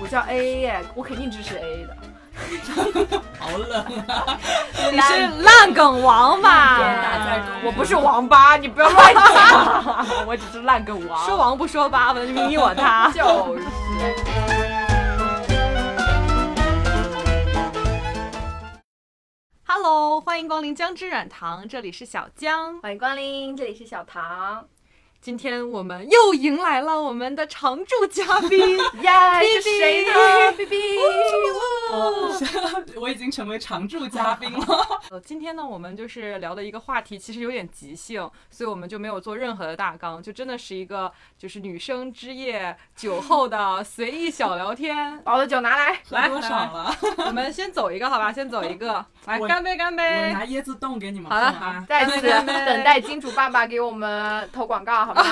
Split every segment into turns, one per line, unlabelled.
我叫 A A 哎，我肯定支持 A A 的。
好冷啊！
你是烂梗王吧？
我不是王八，你不要乱 讲，我只是烂梗王。。
说王不说八吧，就是你我他
就是。
Hello，欢迎光临姜汁软糖，这里是小姜。
欢迎光临，这里是小唐。
今天我们又迎来了我们的常驻嘉 宾，
耶，是谁呢？B B，
我已经成为常驻嘉 宾了。
呃，今天呢，我们就是聊的一个话题，其实有点即兴，所以我们就没有做任何的大纲，就真的是一个就是女生之夜酒后的随意小聊
。
天
把我的酒拿来。
喝多少了？
我们先走一个，好吧？先走一个，来
我
干杯，干
我
杯！
拿椰子冻给你们
好
喝
了
啊！
再次
干杯干杯
等待金主爸爸给我们投广告，好 吗？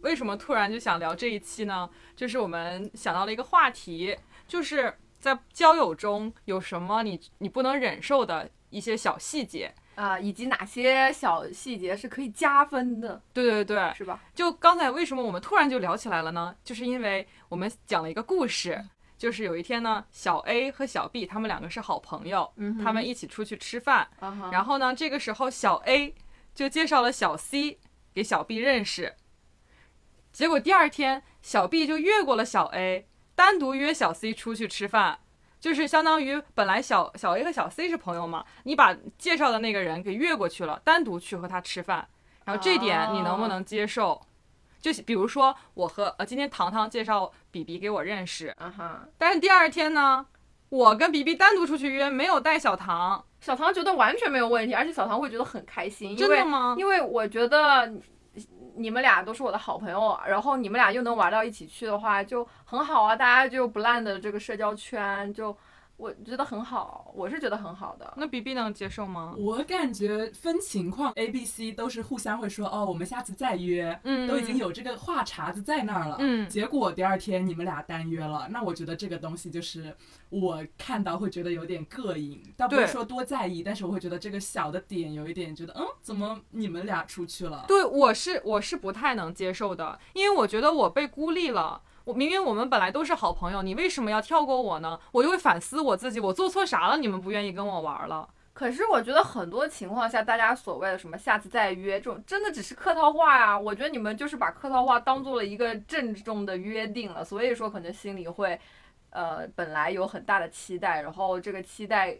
为什么突然就想聊这一期呢？就是我们想到了一个话题，就是在交友中有什么你你不能忍受的一些小细节。
啊，以及哪些小细节是可以加分的，
对对对，
是 吧？
就刚才为什么我们突然就聊起来了呢？就是因为我们讲了一个故事，就是有一天呢，小 A 和小 B 他们两个是好朋友，
嗯
他们一起出去吃饭，
啊哈，
然后呢，这个时候小 A 就介绍了小 C 给小 B 认识，结果第二天小 B 就越过了小 A，单独约小 C 出去吃饭。就是相当于本来小小 A 和小 C 是朋友嘛，你把介绍的那个人给越过去了，单独去和他吃饭，然后这点你能不能接受？就是比如说我和呃今天糖糖介绍比比给我认识，
啊哈，
但是第二天呢，我跟比比单独出去约，没有带小糖，
小唐觉得完全没有问题，而且小唐会觉得很开心，因
真
为
的吗？
因为我觉得你你们俩都是我的好朋友，然后你们俩又能玩到一起去的话，就很好啊，大家就不烂的这个社交圈，就我觉得很好，我是觉得很好的。
那 B B 能接受吗？
我感觉分情况，A、B、C 都是互相会说哦，我们下次再约，
嗯
都已经有这个话茬子在那儿了。
嗯
结果第二天你们俩单约了，那我觉得这个东西就是我看到会觉得有点膈应，倒不
对
是说多在意，但是我会觉得这个小的点有一点觉得，嗯，怎么你们俩出去了？
对，我是我是不太能接受的，因为我觉得我被孤立了。我明明我们本来都是好朋友，你为什么要跳过我呢？我就会反思我自己，我做错啥了？你们不愿意跟我玩了？
可是我觉得很多情况下，大家所谓的什么下次再约这种，真的只是客套话呀、啊我觉得你们就是把客套话当做了一个郑重的约定了，所以说可能心里会，呃，本来有很大的期待，然后这个期待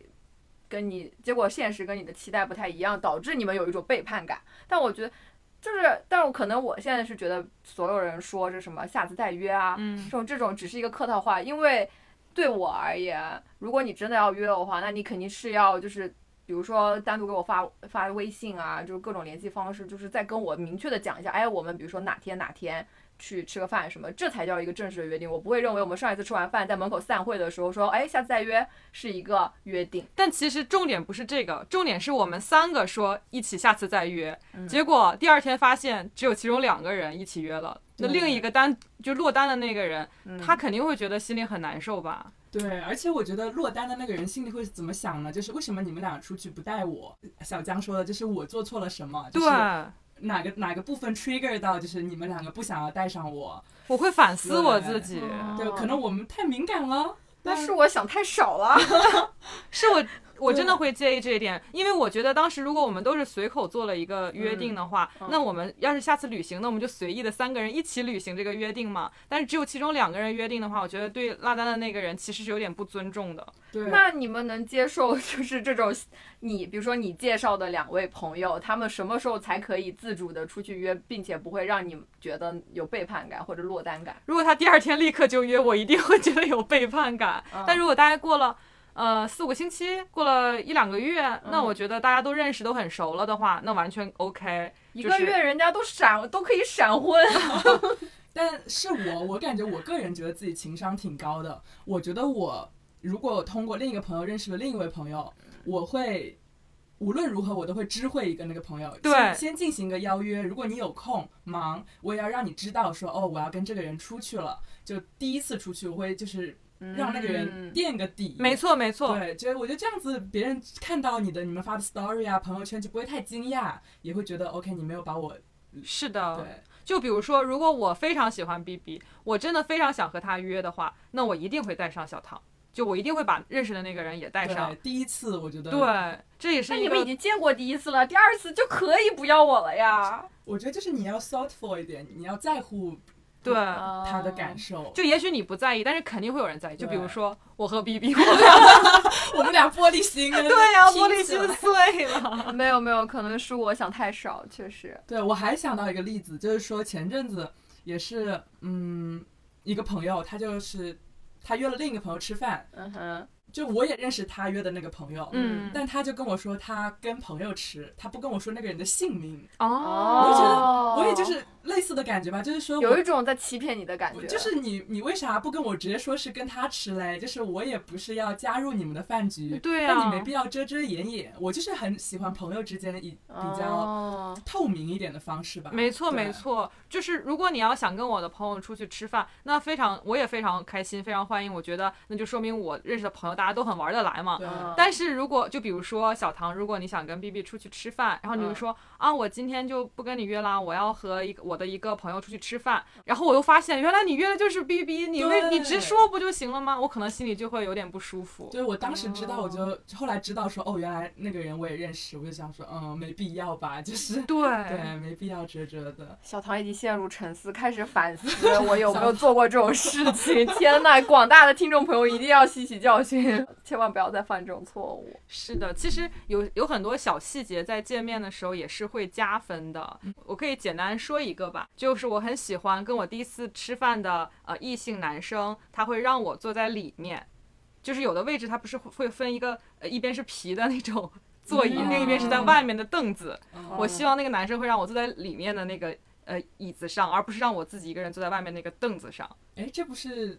跟你结果现实跟你的期待不太一样，导致你们有一种背叛感。但我觉得就是，但我可能我现在是觉得所有人说这什么下次再约啊，这
嗯，
种这种只是一个客套话，因为对我而言，如果你真的要约我的话，那你肯定是要就是。比如说，单独给我发发微信啊，就是各种联系方式，就是再跟我明确的讲一下，哎，我们比如说哪天哪天去吃个饭什么，这才叫一个正式的约定。我不会认为我们上一次吃完饭在门口散会的时候说，哎，下次再约是一个约定。
但其实重点不是这个，重点是我们三个说一起下次再约，
嗯
结果第二天发现只有其中两个人一起约了，那另一个单就落单的那个人，
嗯
嗯
他肯定会觉得心里很难受吧？
对，而且我觉得落单的那个人心里会怎么想呢？就是为什么你们俩出去不带我？小江说的，就是我做错了什么，就
对
是，哪个哪个部分 trigger 到，就是你们两个不想要带上我。
我会反思我自己。
哦
对，可能我们太敏感了。
但是我想太少了。
是我。我真的会介意这一点，因为我觉得当时如果我们都是随口做了一个约定的话，那我们要是下次旅行，那我们就随意的三个人一起履行这个约定嘛。但是只有其中两个人约定的话，我觉得对落单的那个人其实是有点不尊重的。
对，
那你们能接受就是这种，你比如说你介绍的两位朋友，他们什么时候才可以自主的出去约，并且不会让你觉得有背叛感或者落单感？
如果他第二天立刻就约，我一定会觉得有背叛感。
嗯
嗯
但如果大概过了呃四五个星期，过了一两个月，那我觉得大家都认识都很熟了的话，那完全 OK。
一个月人家都闪都可以闪婚，
但是我我感觉我个人觉得自己情商挺高的。我觉得我如果通过另一个朋友认识了另一位朋友，我会无论如何我都会知会一个那个朋友，
对
先先进行一个邀约。如果你有空忙，我也要让你知道说哦，我要跟这个人出去了。就第一次出去，我会就是 让那个
嗯
人垫个底。
嗯没错，没错。
对，觉得我觉得这样子，别人看到你的你们发的 story 啊，朋友圈就不会太惊讶，也会觉得 OK，你没有把我
是的，
对
就比如说，如果我非常喜欢 B B，我真的非常想和他约的话，那我一定会带上小唐，就我一定会把认识的那个人也带上
对，。第一次我觉得，
对，这也
那
是一
你们已
个
经见过第一次了，第二次就可以不要我了呀。
我觉得就是你要 thoughtful 一点，你要在乎
对。
嗯
呃
啊
他的感受。
就也许你不在意，但是肯定会有人在意。就比如
对
说我和 B B，我俩
我们俩玻璃心，
对呀、
亲
玻璃
起
心
来
碎了。
受。 没有没有，可能是我想太少，确实。
对，我还想到一个例子，就是说前阵子也是，嗯，一个朋友，他就是他约了另一个朋友吃饭，
嗯哼，
就我也认识他约的那个朋友，
嗯，
但他就跟我说他跟朋友吃，他不跟我说那个人的姓名，
哦，
我觉得
哦
我也就是类似的感觉吧，就是说
有
我。
一种在欺骗你的感觉，
就是你，你为啥不跟我直接说是跟他吃嘞？就是我也不是要加入你们的饭局，
对
但
啊
你没必要遮遮掩掩。我就是很喜欢朋友之间以比较
哦
透明一点的方式吧。
没错，
对
没错，就是如果你要想跟我的朋友出去吃饭，那非常我也非常开心，非常欢迎。我觉得那就说明我认识的朋友大家都很玩得来嘛。
对，
嗯
但是如果就比如说小唐，如果你想跟 B B 出去吃饭，然后你就
嗯
说、啊，我今天就不跟你约啦，我要和一个我的一个朋友出去吃饭，然后我又发现原来你约的就是 B B，你为你直
对
说不就行了吗？我可能心里就会有点不舒服。
对，我当时知道，我就后来知道说，哦，原来那个人我也认识，我就想说，嗯，没必要吧，就是
对
对，没必要遮遮的。
小唐已经陷入沉思，开始反 思我有没有做过这种事情。天呐，广大的听众朋友一定要吸取教训，千万不要再犯这种错误。
是的，其实有有很多小细节在见面的时候也是会加分的。
嗯
我可以简单说一个吧，就是我很喜欢跟我第一次吃饭的呃异性男生，他会让我坐在里面，就是有的位置他不是会会分一个呃一边是皮的那 种座椅，
嗯
另一边是在外面的凳子。
嗯
我希望那个男生会让我坐在里面的那个呃椅子上，而不是让我自己一个人坐在外面那个凳子上。
哎，这不是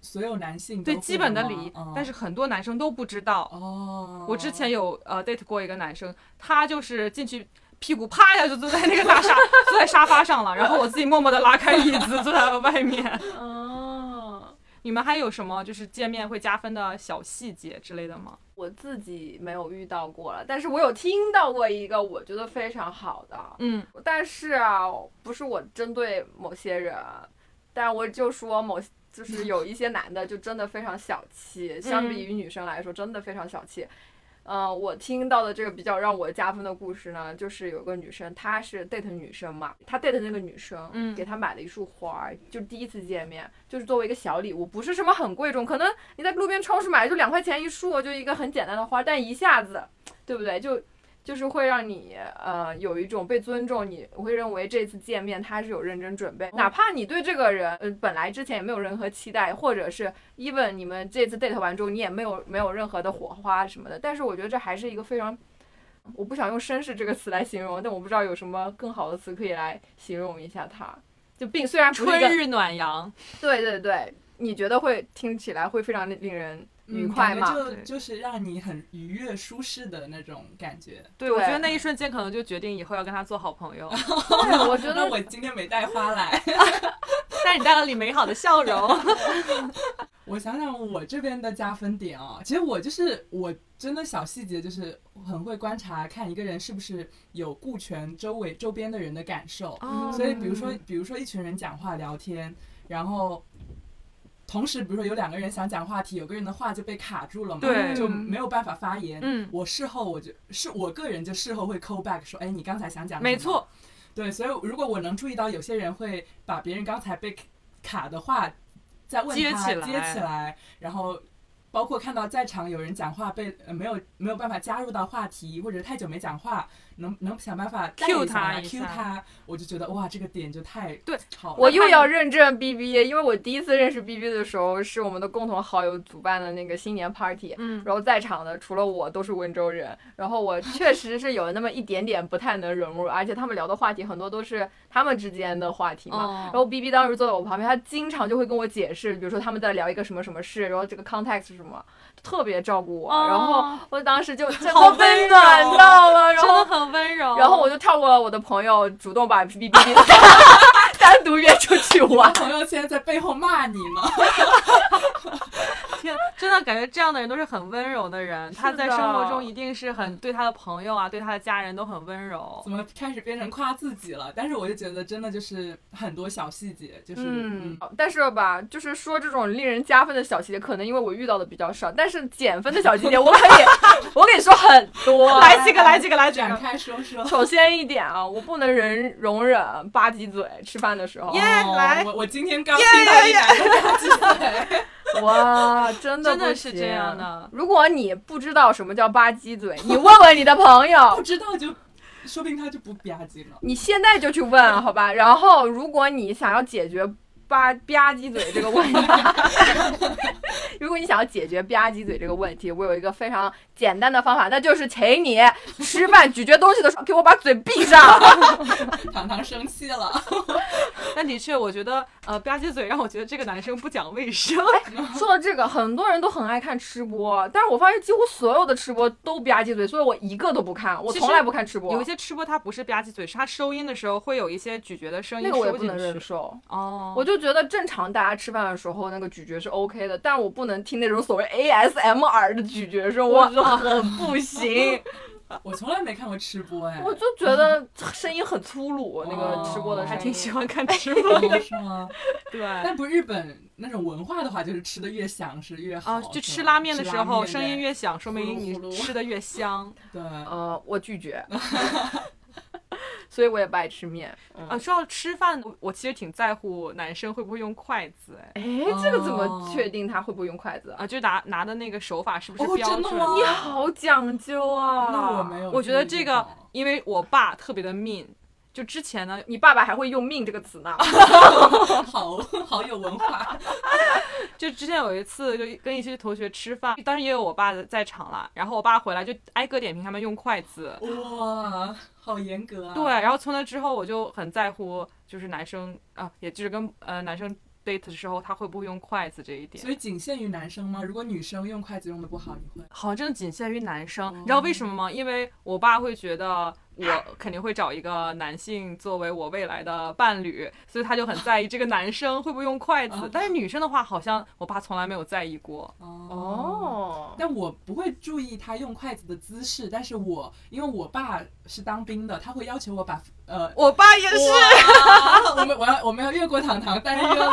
所有男性
对
都
基
会
本的
吗
礼仪
嗯，
但是很多男生都不知道。
哦，
我之前有呃 date 过一个男生，他就是进去屁股啪一下就坐在那个大沙坐在沙发上了，然后我自己默默的拉开椅子坐在外面。
哦，
你们还有什么就是见面会加分的小细节之类的吗？
我自己没有遇到过了，但是我有听到过一个我觉得非常好的，
嗯，
但是啊，不是我针对某些人，但我就说某就是有一些男的就真的非常小气，相比于女生来说，真的非常小气。嗯、我听到的这个比较让我加分的故事呢，就是有个女生，她是 date 女生嘛，她 date 那个女生，
嗯
给她买了一束花儿，就是第一次见面，就是作为一个小礼物，不是什么很贵重，可能你在路边超市买就两块钱一束，就一个很简单的花，但一下子，对不对？就就是会让你呃有一种被尊重，你我会认为这次见面他是有认真准备，
哦
哪怕你对这个人呃本来之前也没有任何期待，或者是 even 你们这次 date 完之后你也没有没有任何的火花什么的，但是我觉得这还是一个非常。我不想用绅士这个词来形容，但我不知道有什么更好的词可以来形容一下他。就并虽然不是一
春
个
日暖阳，
对对对，你觉得会听起来会非常令人愉
嗯
快
感觉
吗？
就
对
就是让你很愉悦、舒适的那种感觉。
对
对
我觉得那一瞬间可能就决定以后要跟他做好朋友，
对， 我觉
那
得
我今天没带花来，
但是你带了你美好的笑容。
我想想我这边的加分点啊、其实我就是我真的小细节就是很会观察，看一个人是不是有顾全周围周边的人的感受。
哦
所以比如说
嗯，
比如说一群人讲话聊天，然后同时比如说有两个人想讲话题，有个人的话就被卡住了嘛，
对
就没有办法发言。
嗯
我事后我就是我个人就事后会 call back 说，哎，你刚才想讲什么
没错，，
对，所以如果我能注意到有些人会把别人刚才被卡的话再问
接
他
起来
接起来，然后包括看到在场有人讲话被、呃、没有没有办法加入到话题，或者太久没讲话，能能想办法带
Cue
一下
他一
Q
下
他，我就觉得哇，这个点就太
对
好了。
我又要认证 B B，因为我第一次认识 B B 的时候是我们的共同好友主办的那个新年 party，
嗯，
然后在场的除了我都是温州人，然后我确实是有那么一点点不太能融入，而且他们聊的话题很多都是他们之间的话
嗯
题
哦
嘛。然后 B B 当时坐在我旁边，他经常就会跟我解释，比如说他们在聊一个什么什么事，然后这个 context 是什么，特别照顾我。然后
哦
我当时就真
好
的
温哦
被
柔
暖到了，然
真
后
的很温柔，
然后我就跳过了我的朋友，主动把 B B B 单独约出去玩。
朋友现在在背后骂你呢，
天，真的感觉这样的人都是很温柔的人，他在
是的
生活中一定是很对他的朋友啊，对他的家人都很温柔
怎。么开始变成夸自己了？但是我就觉得真的就是很多小细节，就是嗯，
但是吧，就是说这种令人加分的小细节，可能因为我遇到的比较少，但是减分的小细节，我可以，我跟你说很多。
来几个，来几个，来几
展
个！
开说说。
首先一点啊，我不能忍容忍吧唧嘴，吃饭的时候
耶，来
哦我我今天刚听到一男的垃圾 嘴，
哇，真的
真的
不
是
行
这样的
如果你不知道什么叫吧唧嘴，你问问你的朋友
不，知道就说不定他就不吧唧了。
你现在就去 问，啊好吧？然后，如果你想要解决吧吧唧嘴这个 问题，如果你想要解决吧唧嘴这个问题，我有一个非常简单的方法，那就是请你吃饭咀嚼东西的时候给我把嘴闭上。
糖糖生气了，
但的确，我觉得呃吧唧嘴让我觉得这个男生不讲卫生。
说到这个，很多人都很爱看吃播，但是我发现几乎所有的吃播都吧唧嘴，所以我一个都不看，我
其实
从来不看吃播
有一。些吃播它不是吧唧嘴，是它收音的时候会有一些咀嚼的声音
那个我也
收
不能
进
忍
去。
受，
哦，
我就觉得正常大家吃饭的时候那个咀嚼是 OK 的，但我不能听那种所谓 ASMR 的咀嚼声，我就很
啊
不行，
我从来没看过吃播哎，
我就觉得声音很粗鲁，那个吃播的
哦
声
还
音。
挺喜欢 看 吃播的，
哦是吗？
对。
但不日本那种文化的话，就是吃的越响是越好。
啊，
是吧
就吃拉面的时候，
吃拉
声
面
音越啊响，说明
呼噜
你
呼噜
吃的越 香。
对，
呃，我拒绝， 所以我也不爱吃面。
啊，说到吃饭，我我其实挺在乎男生会不会用筷子，哎，
哎，这个怎么确定他会不会用筷子啊？
啊，就拿拿的那个手法是不是
哦
标
真
准？
的吗
你好讲究啊！
那我没有。
我觉得这个
哦，
因为我爸特别的命，就之前呢，
你爸爸还会用“命”这个词呢。
好好有文化，
就之前有一次，就跟一些同学吃饭，当时也有我爸在场啦。然后我爸回来就挨个点评他们用筷子，
哇，好严格啊。
对。，然后从那之后，我就很在乎，就是男生啊，也就是跟呃男生 date 的时候，他会不会用筷子这一点
所。以仅限于男生吗？如果女生用筷子用的不好，你会？
好像真的仅限于男生，你知道为什么吗？因为我爸会觉得我肯定会找一个男性作为我未来的伴侣，所以他就很在意这个男生会不会用筷子
哦。
但是女生的话，好像我爸从来没有在意过。
哦。
哦，
但我不会注意他用筷子的姿势，但是我因为我爸是当兵的，他会要求我把呃，
我爸也是，
哇我们我要我们要越过糖糖担忧 了，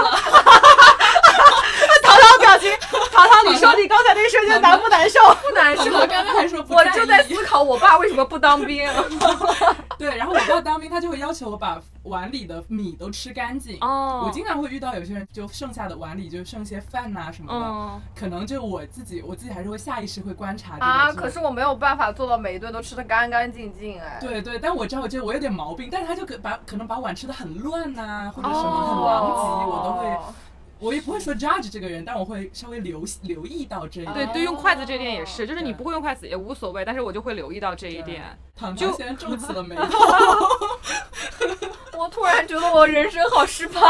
糖糖表情，糖糖，你说你刚才那一瞬间难不难受？
不难
糖
受。
糖刚刚还说不
我
在
就
意
在思考，我爸为什么不当兵？
对，然后我爸当兵，他就会要求我把碗里的米都吃干净。
哦
我经常会遇到有些人，就剩下的碗里就剩些饭呐、什么的，
嗯，
可能就我自己，我自己还是会下意识会观察这 个
啊，
就
可是我没有办法做到每一顿都吃得干干净净哎。
对对，但我知道我这我有点毛病，但是他就可把可能把碗吃的很乱呐、或者
哦，
什么很狼藉，我都会，我也不会说 judge 这个人，但我会稍微留留意到这一点。
对
哦
对，用筷子这点也是，就是你
对
不会用筷子也无所谓，但是我就会留意到这一点。
糖
就
糖现在皱起 了眉头，
我突然觉得我人生好失败。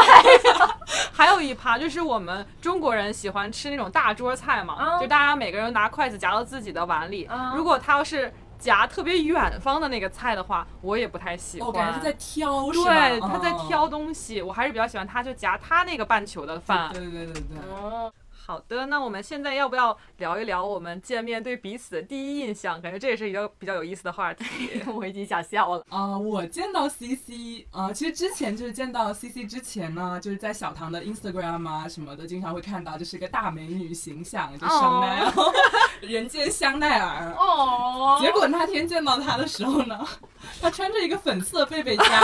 还有一趴就是我们中国人喜欢吃那种大桌菜嘛，
啊
就大家每个人拿筷子夹到自己的碗里。
啊
如果他要是夹特别远方的那个菜的话，我也不太喜欢。
我哦感觉他在挑，是吧啊哦
对，他在挑。东西，我还是比较喜欢他就夹他那个半球的
嗯
饭。
对对对对对，
哦，
好的，那我们现在要不要聊一聊我们见面对彼此的第一印象？感觉这也是一个比较有意思的 话题。
我已经想笑了。
啊、我见到 CC 啊、其实之前就是见到 CC 之前呢，就是在小唐的 Instagram 啊什么的，经常会看到，就是一个大美女形象，
哦
就香奈儿， 人见香奈儿。
哦，
结果那天见到她的时候呢， 她穿着一个粉色贝贝夹，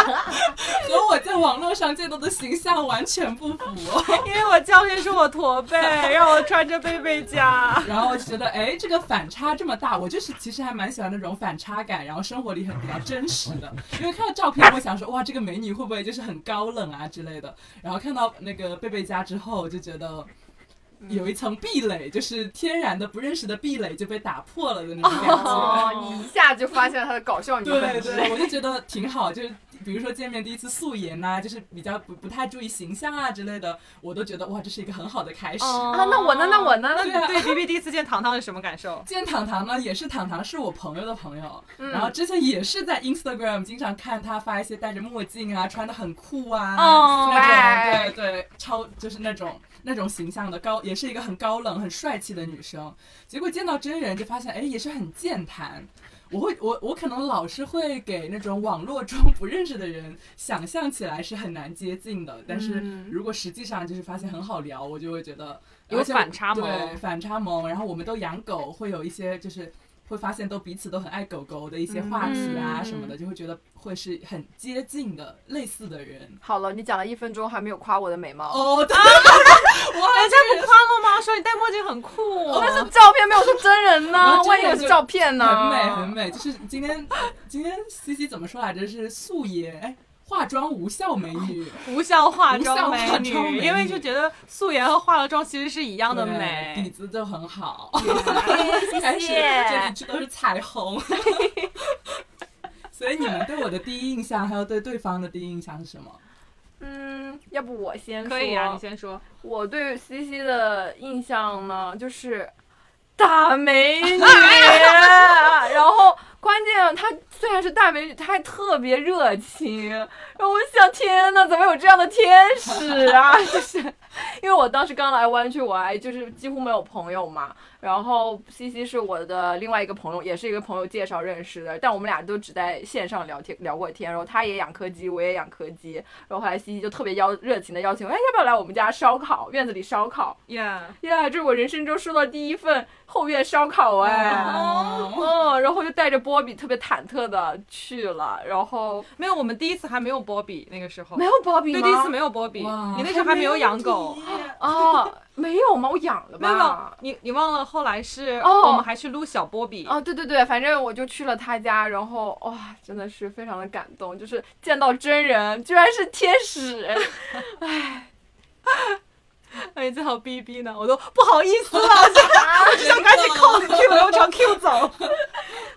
和我在网络上见到的形象完全不符。
因为我教练说我驼背，让我穿着贝贝夹。
然后我就觉得，哎，这个反差这么大，我就是其实还蛮喜欢那种反差感，然后生活里很比较真实的。因为看到照片，我想说，哇，这个美女会不会就是很高冷啊之类的？然后看到那个贝贝家之后，我就觉得。有一层壁垒，就是天然的不认识的壁垒就被打破了的那种感觉。
哦，你一下就发现他的搞笑女
对
粉之类
对，我就觉得挺好。就是比如说见面第一次素颜呐、就是比较不不太注意形象啊之类的，我都觉得哇，这是一个很好的开始。
啊，那我呢？那我呢？
对啊
对 B B 第一次见糖糖是什么感受？
见糖糖呢，也是糖糖是我朋友的朋友，
嗯
然后之前也是在 Instagram 经常看他发一些戴着墨镜啊，穿的很酷啊，
哦
那种对对，超就是那种那种形象的高，也是一个很高冷、很帅气的女生。结果见到真人就发现，哎，也是很健谈。我会，我我可能老是会给那种网络中不认识的人想象起来是很难接 近的，但是
嗯
如果实际上就是发现很好聊，我就会觉得
有
而且我
反差萌
对反差萌。然后我们都养狗，会有一些就是会发现都彼此都很爱狗狗的一些话题啊
嗯
什么的，就会觉得会是很接近的类似的人。
好了，你讲了一分钟还没有夸我的美
嗯
貌，
哦，对，
人家不夸了吗？说你戴墨镜很酷，
但是照片没有是真人呢
我，哦真
万一
人
我是
就
照片呢？
很美很。美。就是今天 今天 C C 怎么说来着？是素颜哎，化妆无效美女。
无效化
无效
妆
化
美
妆
女，
美女
因为就觉得素颜和化了妆其实是一样的
对底
美。
子就很好。
谢
开始这里
谢。
这都是 彩虹。所以你们对我的第一印象，还有对对方的第一印象是什么？
嗯，要不我先说。
可以啊，你先说。
我对西西的印象呢，就是大美女，然后关键她虽然是大美女，她还特别热情，然后我想，天呐，怎么有这样的天使啊？就是因为我当时刚来湾区，我还就是几乎没有朋友嘛，然后西西是我的另外一个朋友，也是一个朋友介绍认识的，但我们俩都只在线上聊天聊过天，然后他也养柯基，我也养柯基，然后后来西西就特别邀热情的邀请我，哎，要不要来我们家烧烤？院子里烧烤，
Yeah，
呀、啊这是我人生中收到第一份后院烧烤哎。
哦
嗯，然后就带着波比特别忐忑的去了，然后
没有，我们第一次还没有波比那个时候
哦没。有波比吗？
对，第一次没有波比，
哇
你那时候还没有养狗，
哦，没有吗？我养了吧？
没有没有，你你忘了后来是
哦
我们还去撸小波比，
哦，对对对，反正我就去了他家，然后哇、真的是非常的感动，就是见到真人，居然是天使，
哎，最好逼一逼呢，我都不好意思了， 我只想赶紧扣 Q 流程 Q 走。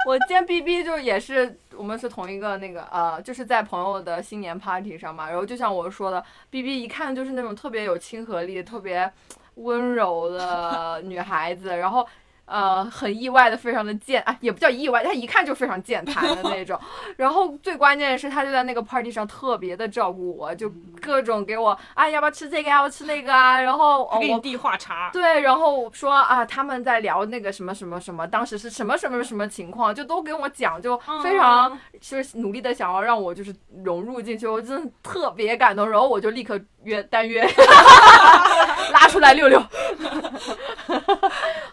我见 B B 就是也是我们是同一个那个呃，就是在朋友的新年 party 上嘛，然后就像我说的，B B 一看就是那种特别有亲和力、特别温柔 的女孩子，然后。呃，很意外的，非常的健啊，也不叫意外，她一看就非常健谈的那 种。然后最关键的是，她就在那个 party 上特别的照顾我，就
嗯
各种给我啊，要不要吃这个呀，要不要吃那个啊。然后、哦、
给
我
你递话茬，
对，然后我说啊，他们在聊那个什么什么什么，当时是什么什么什么情况，就都跟我讲，就非常就是努力的想要让我就是融入进去，我真的特别感动，然后我就立刻约单约， 拉出来六六。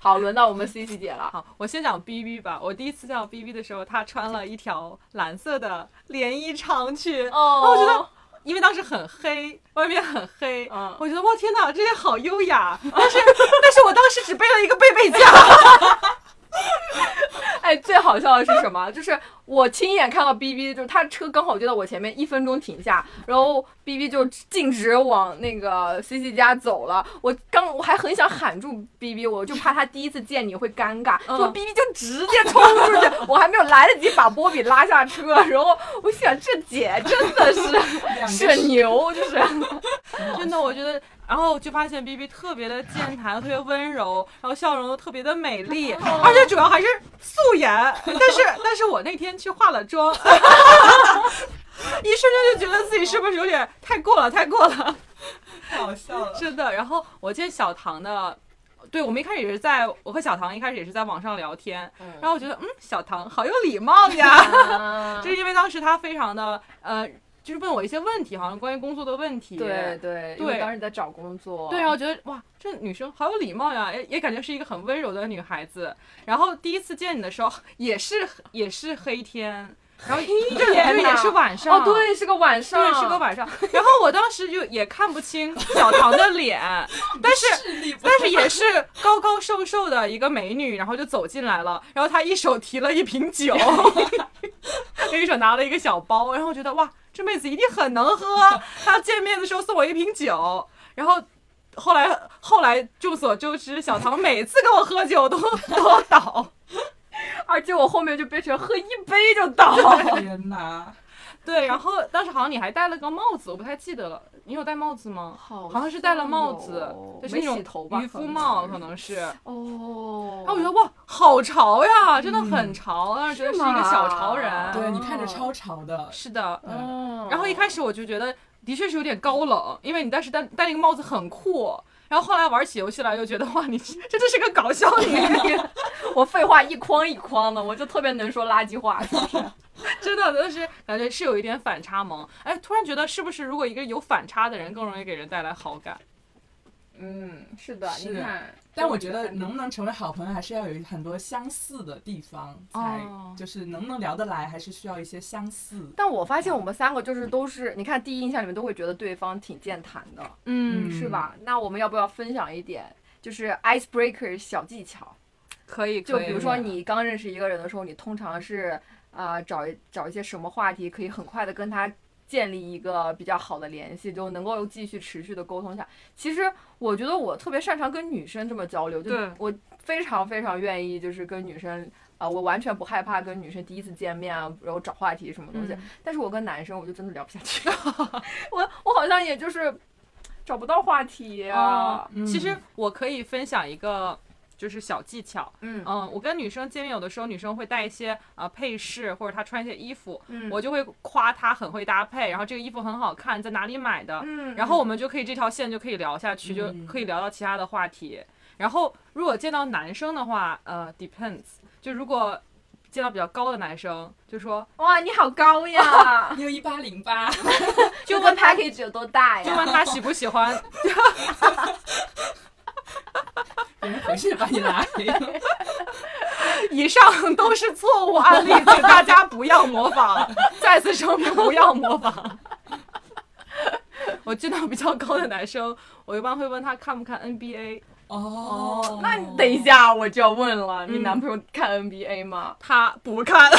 好，轮到我们 C C 姐了，
好，我先讲 B B 吧。我第一次见到 B B 的时候，她穿了一条蓝色的连衣长裙，
哦
我觉得因为当时很黑，外面很黑，
嗯
我觉得哇天哪，这些好优雅。啊但是但是我当时只背了一个背背佳，
哎，最好笑的是什么？就是我亲眼看到 B B，就是他车刚好就在我前面，一分钟停下，然后 B B 就径直往那个 C C 家走了。我刚我还很想喊住 B B，我就怕他第一次见你会尴尬，
嗯
结果 B B 就直接冲出去，我还没有来得及把波比拉下车，然后我想这姐真的是
两个
是牛，就是
真的，我觉得，然后就发现 B B 特别的健谈，特别温柔，然后笑容又特别的美丽，而且主要还是素 颜。但是，但是我那天去化了 妆，一瞬间就觉得自己是不是有点太过了，太过了。
太好笑 了。
真的。然后我见小唐的，对我们一开始也是在我和小唐一开始也是在网上聊天，然后我觉得嗯，小唐好有礼貌 呀，
嗯
就是因为当时他非常的呃，就是问我一些问题，好像关于工作的问题。
对对，因为
对
当时在找工作，
对，然后啊我觉得哇，这女生好有礼貌呀，也也感觉是一个很温柔的女孩子。然后第一次见你的时候， 也是也是黑天，然后对
天
对
呐
也是晚上，
哦对，是个晚上，
对是个晚上。然后我当时就也看不清小唐的 脸，但是
智力不
但是也是高高瘦瘦的一个美女，然后就走进来了，然后她一手提了一瓶酒， 另一手拿了一个小包，然后我觉得哇，这妹子一定很能 喝。她见面的时候送我一瓶酒，然后后来后来众所周知，小唐每次跟我喝酒都都倒。
而且我后面就变成喝一杯就倒。
天哪！
对，然后当时好像你还戴了个帽子，我不太记得了，你有戴帽子吗？
好
好像是戴了帽子，就是
没
那
洗
种
头吧？
渔夫帽，可
能
能是。
哦。
然后我觉得哇，好潮呀，真的很潮，当时觉得是一哦
是吗
个小潮人。
对哦
哦
你看着超潮的，
是的。
嗯，
然后一开始我就觉得的确是有点高冷，因为你当时戴戴那个帽子很酷。然后后来玩起游戏来，又觉得哇，你这真是个搞笑
哦
女 人，
我废话一筐一筐的，我就特别能说垃圾话。
真的就是感觉是有一点反差萌。哎，突然觉得是不是如果一个有反差的人，更容易给人带来好感？
嗯，是的，
是
你看。
但我觉得能不能成为好朋友，还是要有很多相似的地方，才
哦
就是能不能聊得来，还是需要一些相似。
但我发现我们三个就是都是，你看第一印象里面都会觉得对方挺健谈的，
嗯，
是吧？那我们要不要分享一点就是 icebreaker 小技巧？
可以，
就
可以
比如说你刚认识一个人的时候，你通常是啊、呃找一找一些什么话题可以很快的跟他建立一个比较好的联系，就能够继续持续的沟通下。其实我觉得我特别擅长跟女生这么交流，就
对
我非常非常愿意就是跟女生。啊、我完全不害怕跟女生第一次见面啊，然后找话题什么东西。
嗯
但是我跟男生我就真的聊不下去， 我我好像也就是找不到话题啊。
嗯
其实我可以分享一个就是小技巧。
嗯
嗯，我跟女生见面，有的时候女生会带一些啊、呃配饰，或者她穿一些衣服，
嗯
我就会夸她很会搭配，然后这个衣服很好看，在哪里买的，
嗯，
然后我们就可以这条线就可以聊下去，就
嗯
可以聊到其他的话题。然后如果见到男生的话，呃，depends，就如果见到比较高的男生，就说
哇，你好高 呀！
你有一八零八，
就问 package 有多大
就
哎呀？
问他喜不喜欢，
别人回去把你拉黑。
以上都是错误案例，请大家不要模仿。 再次声明，不要模仿。 我见到比较高的男生，我一般会问他看不看 NBA。
哦，
那你等一下，我就要问了，你
嗯
男朋友看 NBA 吗？
他不看。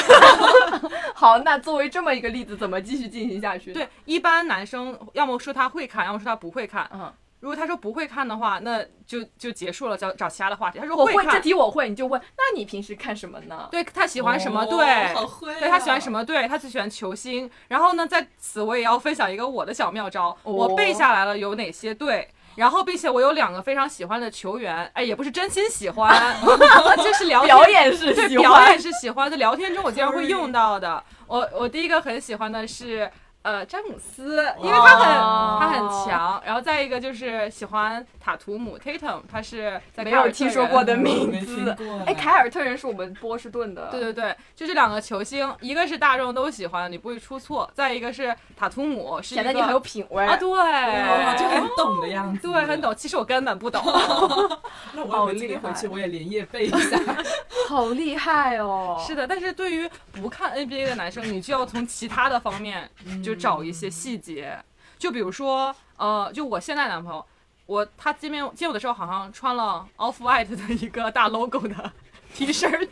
好，那作为这么一个例子，怎么继续进行下去？，
对，一般男生要么说他会看，要么说他不会看。
嗯，
如果他说不会看的话，那就就结束了，找找其他的话题。他说
我会这
看，
题我会，你就问，那你平时看什么呢？
对他喜欢什么，
哦
对，
好会啊
对他喜欢什么队，他最喜欢球星。然后呢，在此我也要分享一个我的小妙招，
哦
我背下来了有哪些队。然后，并且我有两个非常喜欢的球员，哎，也不是真心喜欢， 就是聊天
表演 是
对
喜
表
欢
演是喜欢，在聊天中我经常会用到的。我我第一个很喜欢的是呃詹姆斯，因为他很、
哦
他很强。然后再一个就是喜欢塔图姆 Tatum，他是在
没
凯尔
有
特
听说
人
过的
我
名
没听
字。
过
哎，凯尔特人是我们波士顿的，
对，对对，就这两个球星，一个是大众都喜欢，你不会出错；再一个是塔图姆，是一
显
个
得你很有品味
啊，对，
哦，就
哎
很懂的样子，
对，很。懂。其实我根 本不懂。
那
哦好
我也今天
厉害
回去我也连夜背一下。
好厉害哦！
是的，但是对于不看 NBA 的男生，你就要从其他的方面就找一些细节，就比如说，呃，就我现在男朋友，我他见面见我的时候，好像穿了 Off White 的一个大 logo 的 T 恤儿，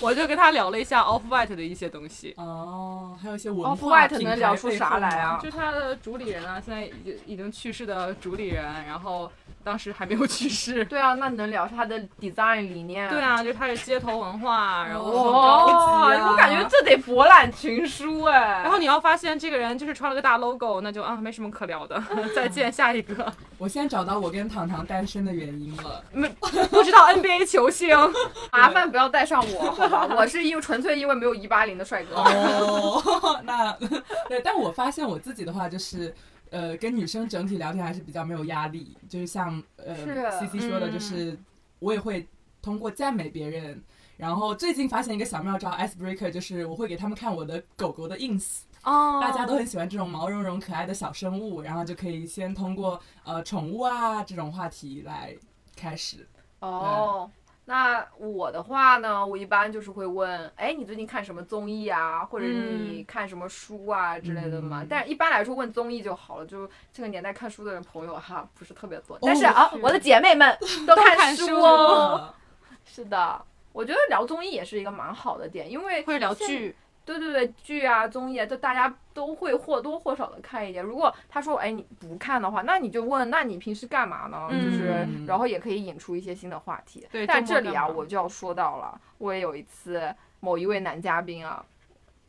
我就跟他聊了一下 Off White 的一些东西。
哦，还有一些文
Off-White
化品牌
能聊出啥来啊
就是他的主理人啊，现在已经已经去世的主理人，然后当时还没有去世。
对啊，那你能聊他的 design 理念？
对，啊，就是他是街头文化，然后
哦好高级啊
我感觉这得博览群书哎。
然后你要发现这个人就是穿了个大 logo，那就啊没什么可聊的，再见下一个。
我现在找到我跟糖糖单身的原因了。
没不知道 NBA 球星，
麻烦不要带上我，好吧？我是因为纯粹因为没有一八零的帅哥。
哦， 那对，但我发现我自己的话就是。呃，跟女生整体聊天还是比较没有压力，就是像呃
是嗯
C C 说的，就是我也会通过赞美别人。然后最近发现一个小妙招，ice breaker，就是我会给他们看我的狗狗的 ins，
哦
大家都很喜欢这种毛茸茸可爱的小生物，然后就可以先通过呃宠物啊这种话题来开始。
哦，那我的话呢，我一般就是会问，哎，你最近看什么综艺啊，或者你看什么书啊之类的嘛？
嗯
但一般来说问综艺就好了，就这个年代看书的人朋友哈不是特别多，
哦
但是啊，
是
我的姐妹们都看
看
书
书
哦。是的，我觉得聊综艺也是一个蛮好的点，因为
或者聊
现
剧，
对对对，剧啊、综艺啊，就大家都会或多或少的看一点。如果他说，哎，你不看的话，那你就问，那你平时干嘛呢？就是
嗯，
然后也可以引出一些新的话题。
对
但
周
这
末
里啊，
干嘛
我就要说到了，我也有一次某一位男嘉宾啊，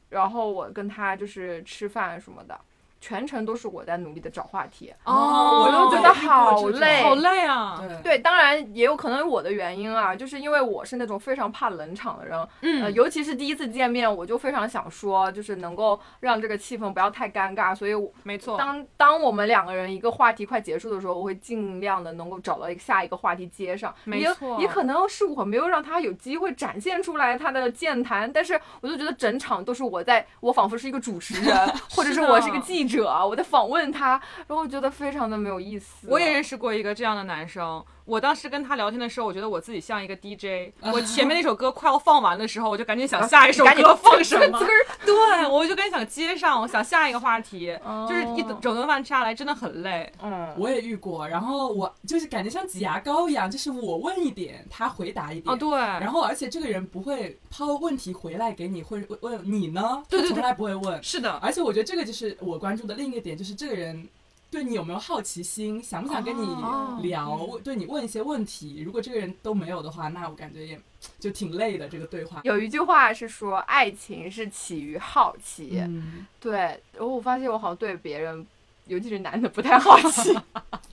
然后我跟他就是吃饭什么的，全程都是我在努力的找话题，
哦
我就觉得好累
好累啊。
对，
对，当然也有可能有我的原因啊，就是因为我是那种非常怕冷场的人，呃，
嗯，
尤其是第一次见面，我就非常想说，就是能够让这个气氛不要太尴尬，所以我
没错。
当当我们两个人一个话题快结束的时候，我会尽量的能够找到一个下一个话题接上。
没
也
错
也可能是我没有让他有机会展现出来他的健谈，但是我就觉得整场都是我在，我仿佛是一个主持 人，或者
是
是
的
我是一个记者，我在访问他，然后我觉得非常的没有意思。
我也认识过一个这样的男生，我当时跟他聊天的时候，我觉得我自己像一个 DJ，我前面那首歌快要放完的时候，我就赶紧想下一首
赶紧
歌放什么
滋，儿，
对我就赶紧想接上，我想下一个话题，就是一
哦
整顿饭下来真的很累。
嗯，
我也遇过，然后我就是感觉像挤牙膏一样，就是我问一点，他回答一点。
哦，对，
然后，而且这个人不会抛问题回来给你，会问问你呢？
对对
他
对
从来不会问。
是的，
而且我觉得这个就是我关注的另一个点，就是这个人对你有没有好奇心，想不想跟你
哦
聊，
嗯
对你问一些问题。如果这个人都没有的话，那我感觉也就挺累的这个对话。
有一句话是说，爱情是起于好奇。
嗯，
对，然后我发现我好像对别人，尤其是男的不太好奇。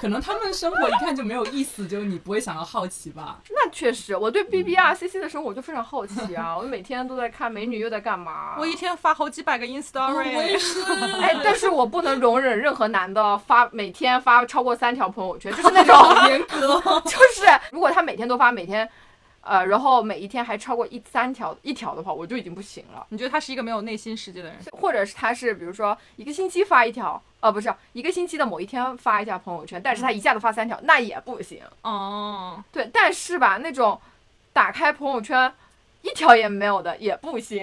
可能他们生活一看就没有意思，就你不会想要好奇吧？
那确实，我
嗯
对 B B R C C 的生活我就非常好奇啊，我每天都在看美女又在干嘛。
我一天发好几百个 in
哦我
story，
也是，
哎，但是我不能容忍任何男的发每天发超过三条朋友圈，就是那 种严格，就是如果他每天都发，每天，呃，然后每一天还超过一三条一条的话，我就已经不行了。
你觉得他是一个没有内心世界的人？
或者是他是比如说一个星期发一条，呃，不是一个星期的某一天发一下朋友圈，但
嗯
是他一下子发三条，那也不行。
哦，
对，但是吧，那种打开朋友圈一条也没有的也不行。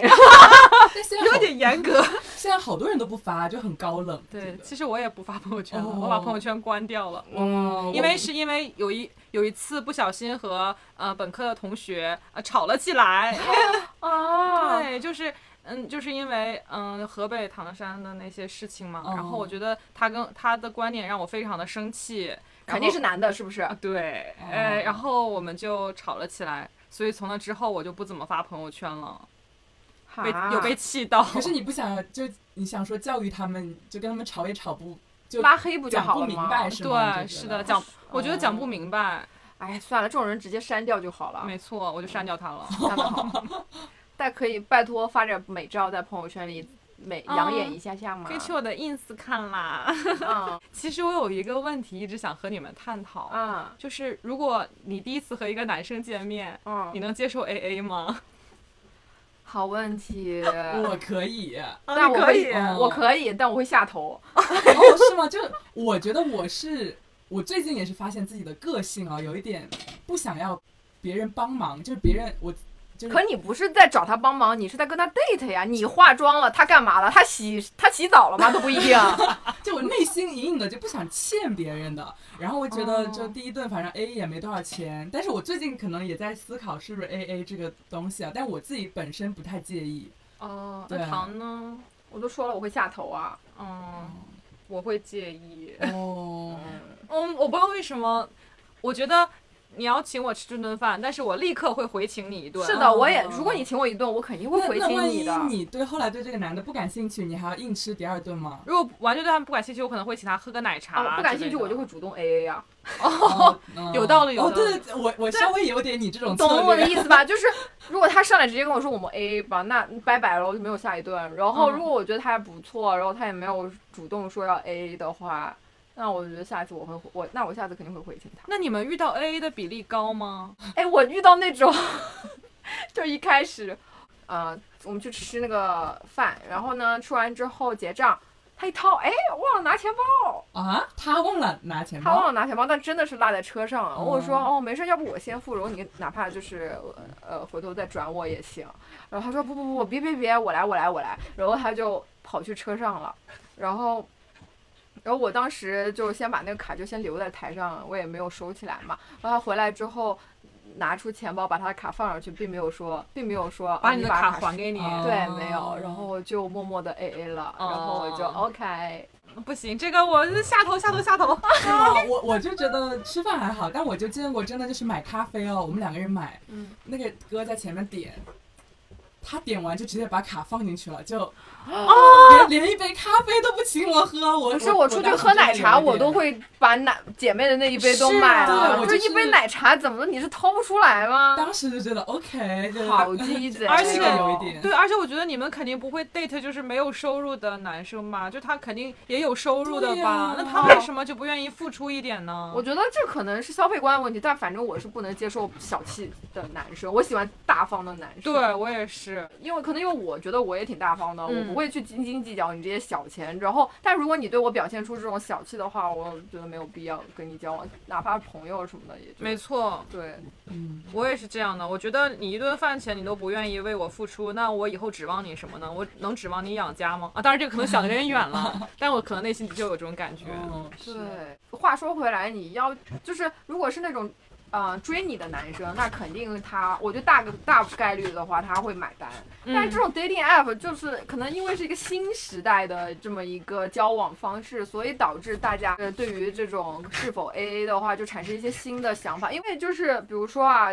但现在好
严格。
现在好多人都不发，就很高冷。
对，
这
其实我也不发朋友圈了，
哦
我把朋友圈关掉了。
个
哦
嗯
因为是因为有一有一次不小心和呃本科的同学呃吵了起来，
啊，
对，就是嗯，就是因为嗯河北唐山的那些事情嘛，
哦
然后我觉得他跟他的观点让我非常的生气，
肯定是男的，是不是
啊？对，
哦
呃，然后我们就吵了起来，所以从那之后我就不怎么发朋友圈了，被
啊
有被气到，
可是你不想就你想说教育他们，就跟他们吵也吵不就
拉黑不就
讲
好
不
了
明
吗？
白是吗？
对，
你就觉
是
得
的，讲我觉得讲不明白，
哎，算了，这种人直接删掉就好了，
没错，我就删掉他了。
删的好。 但可以拜托发点美照在朋友圈里美
嗯
养眼一下下吗
可以？去我的 ins 看啦。
嗯
其实我有一个问题一直想和你们探讨，
嗯
就是如果你第一次和一个男生见面，
嗯，
你能接受 A A 吗？
好问题。
我可以
但我
嗯你可以
会，
啊
嗯
我啊可以，但我会下头。
哦，是吗？就我觉得我是我最近也是发现自己的个性啊，有一点不想要别人帮忙，就是别人我就是
可你不是在找他帮忙，你是在跟他 date 呀？你化妆了，他干嘛了？他洗他洗澡了吗？都不一定。
就我内心隐隐的就不想欠别人的。然后我觉得
哦
就第一顿反正 A A 也没多少钱，但是我最近可能也在思考是不是 A A 这个东西啊，但我自己本身不太介意。
哦，
对
那
啊
糖呢？
我都说了我会下头啊。
嗯，我会介意。
哦，
嗯，我不知道为什么，我觉得你要请我吃这顿饭，但是我立刻会回请你一顿。
是的，我也
嗯，
如果你请我一顿，我肯定会
那
回
那
请
万
你
一
的。
你对后来对这个男的不感兴趣，你还要硬吃第二顿吗？
如果完全对他们不感兴趣，我可能会请他喝个奶茶之类的。
啊，不感兴趣，我就会主动 A A 啊。
哦，嗯
有道理有
哦，
道理
对对，对我我稍微有点你这种策略
懂我的意思 吧？就是如果他上来直接跟我说我们 A A 吧，那拜拜了，我就没有下一顿。然后
嗯
如果我觉得他还不错，然后他也没有主动说要 A A 的话，那我觉得下一次我会我那我下次肯定会回请他。
那你们遇到 A A 的比例高吗？
哎，我遇到那种， 就一开始，呃，我们去吃那个饭，然后呢，吃完之后结账，他一掏，哎，忘了拿钱包，
啊，他忘了拿钱
他忘
包，
了拿钱包，但真的是落在车上了。我说，
嗯
哦
哦，没事，要不我先付，然后你哪怕就是呃回头再转我也行。然后他说不不不，别别别，我来我来我来。然后他就跑去车上了，然后。然后我当时就先把那个卡就先留在台上，我也没有收起来嘛。然后他回来之后，拿出钱包把他的卡放上去，并没有说，并没有说啊
把你
你
的
把
卡还给你？
哦
对，没有。然后就默默的 A A 了，然后我就
哦
OK。
不行，这个我下头下头 下头。
是吗？我我就觉得吃饭还好，但我就见过真的就是买咖啡哦，我们两个人买，
嗯
那个哥在前面点，他点完就直接把卡放进去了，就
哦
连连一杯咖啡都不请我喝。我
啊可是我出去喝奶茶，我都。会把奶姐妹的那一杯都买
是啊
了。
对我
就
就是
一杯奶茶，怎么你是掏不出来吗？
当时就觉得 OK，就是
好鸡贼，
而
这
且
个有一点，
对，而且我觉得你们肯定不会 date 就是没有收入的男生吧，就他肯定也有收入的
对
吧
呀？
那他为什么就不愿意付出一点呢？
我觉得这可能是消费观的问题，但反正我是不能接受小气的男生，我喜欢大方的男生。
对，我也是，
因为可能因为我觉得我也挺大方的，
嗯
我不会去斤斤计较你这些小钱。然后，但如果你对我表现出这种小气的话，我觉得没有必要跟你交往，哪怕朋友什么的也就
没错，
对。
嗯，
我也是这样的。我觉得你一顿饭钱你都不愿意为我付出，那我以后指望你什么呢？我能指望你养家吗？啊，当然这个可能想的有点 远了，但我可能内心就有这种感觉。
哦
嗯是
对，话说回来，你要就是如果是那种，呃，追你的男生，那肯定他，我觉得大个大概率的话他会买单。但
嗯
是这种 dating app 就是可能因为是一个新时代的这么一个交往方式，所以导致大家呃对于这种是否 AA 的话就产生一些新的想法，因为就是比如说啊。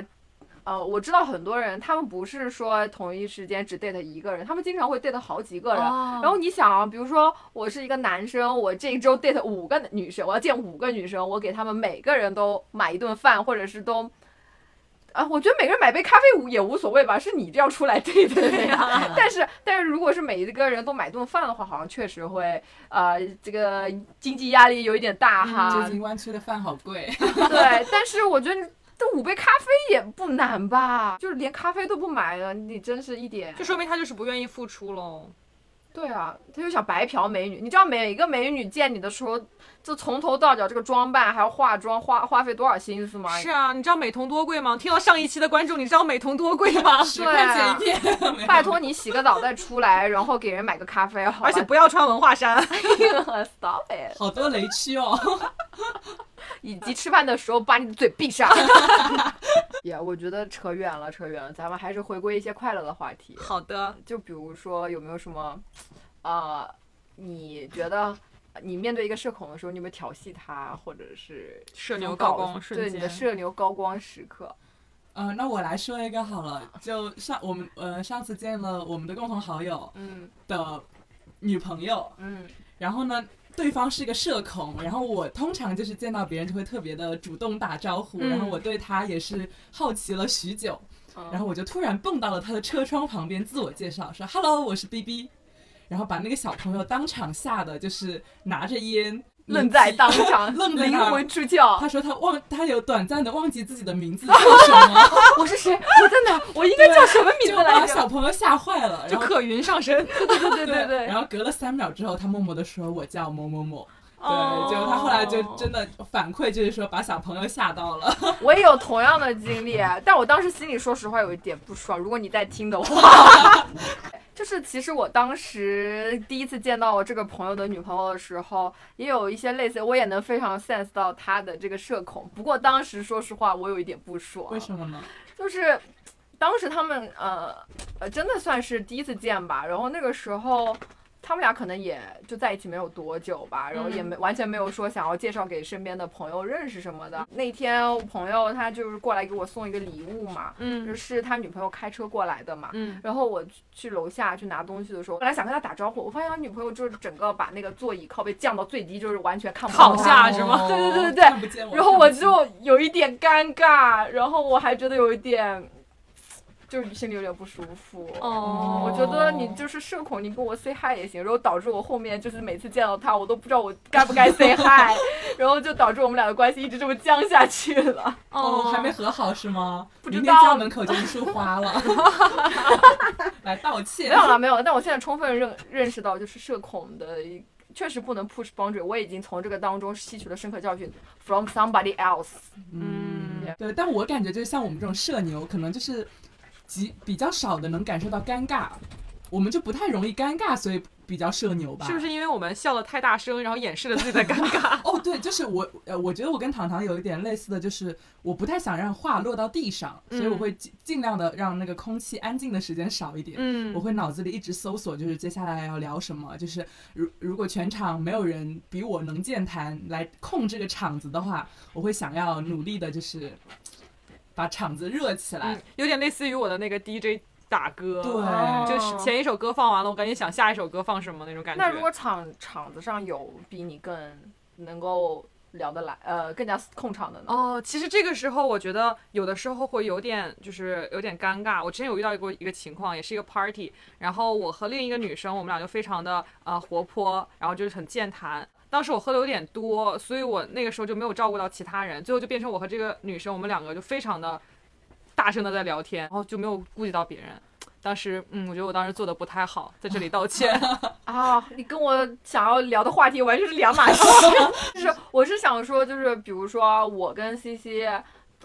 呃，我知道很多人，他们不是说同一时间只 date 一个人，他们经常会 date 好几个人。
然
然后你想啊，比如说我是一个男生，我这一周 date 五个女生，我要见五个女生，我给她们每个人都买一顿饭，或者是都，啊，我觉得每个人买杯咖啡也无所谓吧，是你这样出来 date 的呀。但是，但是如果是每一个人都买顿饭的话，好像确实会，呃，这个经济压力有一点大
嗯最
哈。
近湾区的饭好贵，
对，但是我觉得这五杯咖啡也不难吧，就是连咖啡都不买了，你真是一点
就说明他就是不愿意付出喽。
对啊，他就想白嫖美女。你知道每一个美女见你的时候，就从头到脚这个装扮还有化妆花花费多少心思吗？
是啊，你知道美瞳多贵吗？听到上一期的观众，你知道美瞳多贵 吗？
十块
啊
钱一片，没有
拜托你洗个澡再出来，然后给人买个咖啡，好吧
而且不 要穿文化衫。
stop it，
好多雷区哦。
以及吃饭的时候把你的嘴闭上。 也、我觉得扯远了，扯远了，咱们还是回归一些快乐的话题。
好的，
就比如说有没有什么，呃，你觉得你面对一个社恐的时候，你有没有调戏他，或者是
社牛高光
对
瞬
你的
间。
社牛高光时刻？
嗯、那我来说一个好了，就上我们呃上次见了我们的共同好友
嗯
的女朋友，
嗯
然后呢，对方是个社恐，然后我通常就是见到别人就会特别的主动打招呼，
嗯
然后我对他也是好奇了许久，
嗯
然后我就突然蹦到了他的车窗旁边，自我介绍说：“Hello，我是 B B。”然后把那个小朋友当场吓得就是拿着烟
愣在当 场，
愣在
灵
那儿
魂出窍。
他说他忘，他有短暂的忘记自己的名字叫什么，
我是谁？我在哪？我哦应该叫什 么名
就
字来着？
把小朋友吓坏了。
就
然后
可云上身，
对对对对对。
然后隔了三秒之后，他默默的说：“我叫某某某。”
哦
对，就他后来就真的反馈，就是说把小朋友吓到 了。
我也有同样的经历，但我当时心里说实话有一点不爽。如果你在听的话， 就是其实我当时第一次见到我这个朋友的女朋友的时候，也有一些类似，我也能非常 sense 到她的这个社恐。不过当时说实话，我有一点不爽。
为什么呢？
就是当时他们呃呃真的算是第一次见吧，然后那个时候他们俩可能也就在一起没有多久吧，然后
嗯
也没完全没有说想要介绍给身边的朋友认识什么的。那天我朋友他就是过来给我送一个礼物嘛，就
嗯
是他女朋友开车过来的嘛。
嗯，
然后我去去楼下去拿东西的时候，本来想跟他打招呼，我发现他女朋友就是整个把那个座椅靠背降到最低，就是完全看不到
躺
他
下是吗
哦对对对对对
看不见我。
然后我
看不见
就有一点尴尬，然后我还觉得有一点，就是心里有点不舒服。
嗯
哦
我觉得你就是社恐，你跟我 say hi 也行，然后导致我后面就是每次见到他，我都不知道我该不该 say hi，然 后就导致我们俩的关系一直这么僵下去了。
哦，还没和好是吗？
不知道
明天家门口就一束 花了，来 道
没
歉
有。了，没有了。但我现在充分认认识到，就是社恐的一确实不能 push boundary，我已经从这个当中吸取了深刻教训，from somebody else。
嗯
对，但我感觉就是像我们这种社牛，可能就是极比较少的能感受到尴尬，我们就不太容易尴尬，所以比较社牛吧？
是不？是因为我们笑的太大声，然后掩饰了自己的尴 尬？
哦，对，就是我，呃，我觉得我跟糖糖有一点类似的，就是我不太想让话落到地上，所以我
嗯
会尽尽量的让那个空气安静的时间少一点。
嗯
我会脑子里一直搜索，就是接下来要聊什么。就是如如果全场没有人比我能健谈来控这个场子的话，我会想要努力的，就是把场子热起来。
嗯，有点类似于我的那个 DJ 打歌，
对啊
哦
就是前一首歌放完了，我赶紧想下一首歌放什么那种感觉。
那如果场场子上有比你更能够聊得来，呃，更加控场的呢？
哦，其实这个时候我觉得有的时候会有点就是有点尴尬。我之前有遇到过一个情况，也是一个 party，然后我和另一个女生，我们俩就非常的呃活泼，然后就是很健谈。当时我喝的有点多，所以我那个时候就没有照顾到其他人，最后就变成我和这个女生，我们两个就非常的大声的在聊天，然后就没有顾及到别人。当时，嗯，我觉得我当时做的不太好，在这里道歉。
啊，你跟我想要聊的话题完全是两 码事。就是我是想说，就是比如说我跟 C C，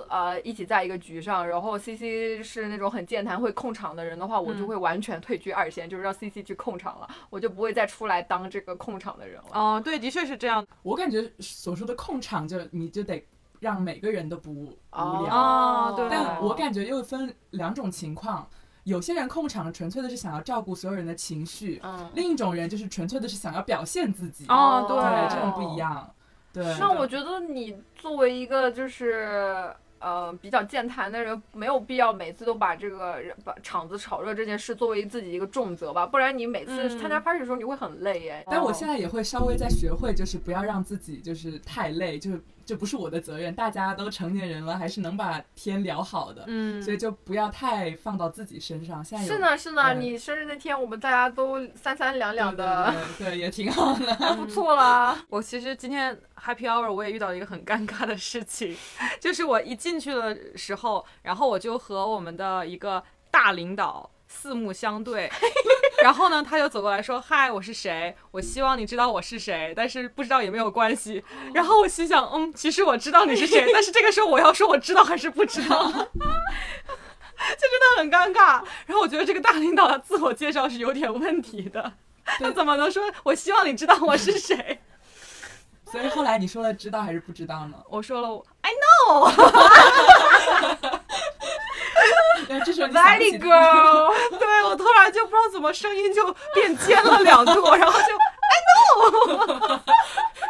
呃，一起在一个局上，然后 C C 是那种很健谈、会控场的人的话，我就
嗯
会完全退居二线，就是让 C C 去控场了，我就不会再出来当这个控场的人了。
哦，对，的确是这样。
我感觉所说的控场就你就得让每个人都不无
哦
聊，
哦对
嗯
但我感觉又分两种情况，有些人控场纯粹的是想要照顾所有人的情绪，
嗯，
另一种人就是纯粹的是想要表现自己，
哦，
对，
哦
这种不一样。对，
那我觉得你作为一个就是呃比较健谈的人，没有必要每次都把这个人把场子炒热这件事作为自己一个重责吧，不然你每次
嗯
参加 party 的时候你会很累耶。
但我现
在
在也会稍微在学会，就是不要让自己就是太累，就是这不是我的责任，大家都成年人了，还是能把天聊好的，
嗯，
所以就不要太放到自己身上。现在有
是呢是呢，
对
你生日那天我们大家都三三两两的，
对对对对也挺好的。
不错啦。
我其实今天 Happy Hour 我也遇到一个很尴尬的事情，就是我一进去的时候，然后我就和我们的一个大领导四目相对， 然后呢，他就走过来说：“嗨，我是谁？我希望你知道我是谁，但是不知道也没有关系。”然后我心想：“嗯，其实我知道你是谁，但是这个时候我要说我知道还是不知道。” 就真的很尴尬，然后我觉得这个大领导的自我介绍是有点问题的，他怎么能说我希望你知道我是谁？
所以后来你说了知道还是不知道 呢？
我说了，I
对，这时候你想不
Valley
起
girl，
know，对我突然就不知道怎么声音就变尖了两度，然后就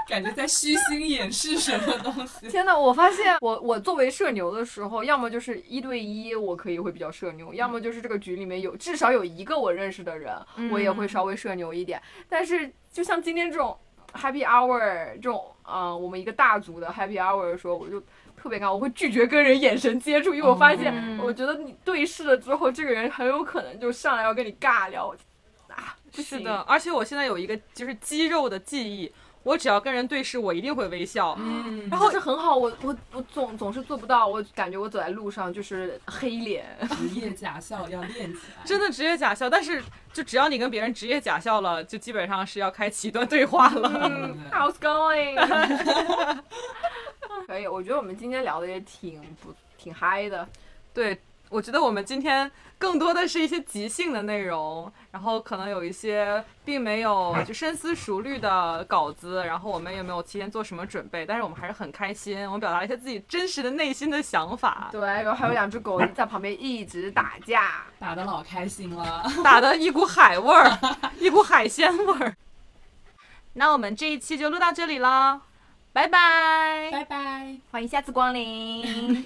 感觉在虚心掩饰什么东西。
天呐，我发现我我作为社牛的时候，要么就是一对一，我可以会比较社牛；要么就是这个局里面有至少有一个我认识的人，我也会稍微社牛一点。但是就像今天这种 happy hour 这种，呃，我们一个大组的 happy hour 的时候，我就特别尴尬，我会拒绝跟人眼神接触，因为我发现，
嗯
我觉得你对视了之后，这个人很有可能就上来要跟你尬聊，我就啊， 不
是
行
的，，而且我现在有一个就是肌肉的记忆，我只要跟人对视，我一定会微笑。
嗯
然后是很好，我我我总总是做不到，我感觉我走在路上就是黑脸。
职业假笑要练起来。
真的职业假笑，但是就只要你跟别人职业假笑了，就基本上是要开启一段对话了。
嗯，How's going？可以，我觉得我们今天聊的也挺不挺嗨的，
对，我觉得我们今天更多的是一些即兴的内容，然后可能有一些并没有就深思熟虑的稿子，然后我们也没有提前做什么准备，但是我们还是很开心，我们表达了一些自己真实的内心的想法，
对，然后还有两只狗在旁边一直打架。
打的老开心 了，
打的一股海味儿，一股海鲜味儿。 那我们这一期就录到这里啦，拜拜
拜拜。
欢迎下次光临。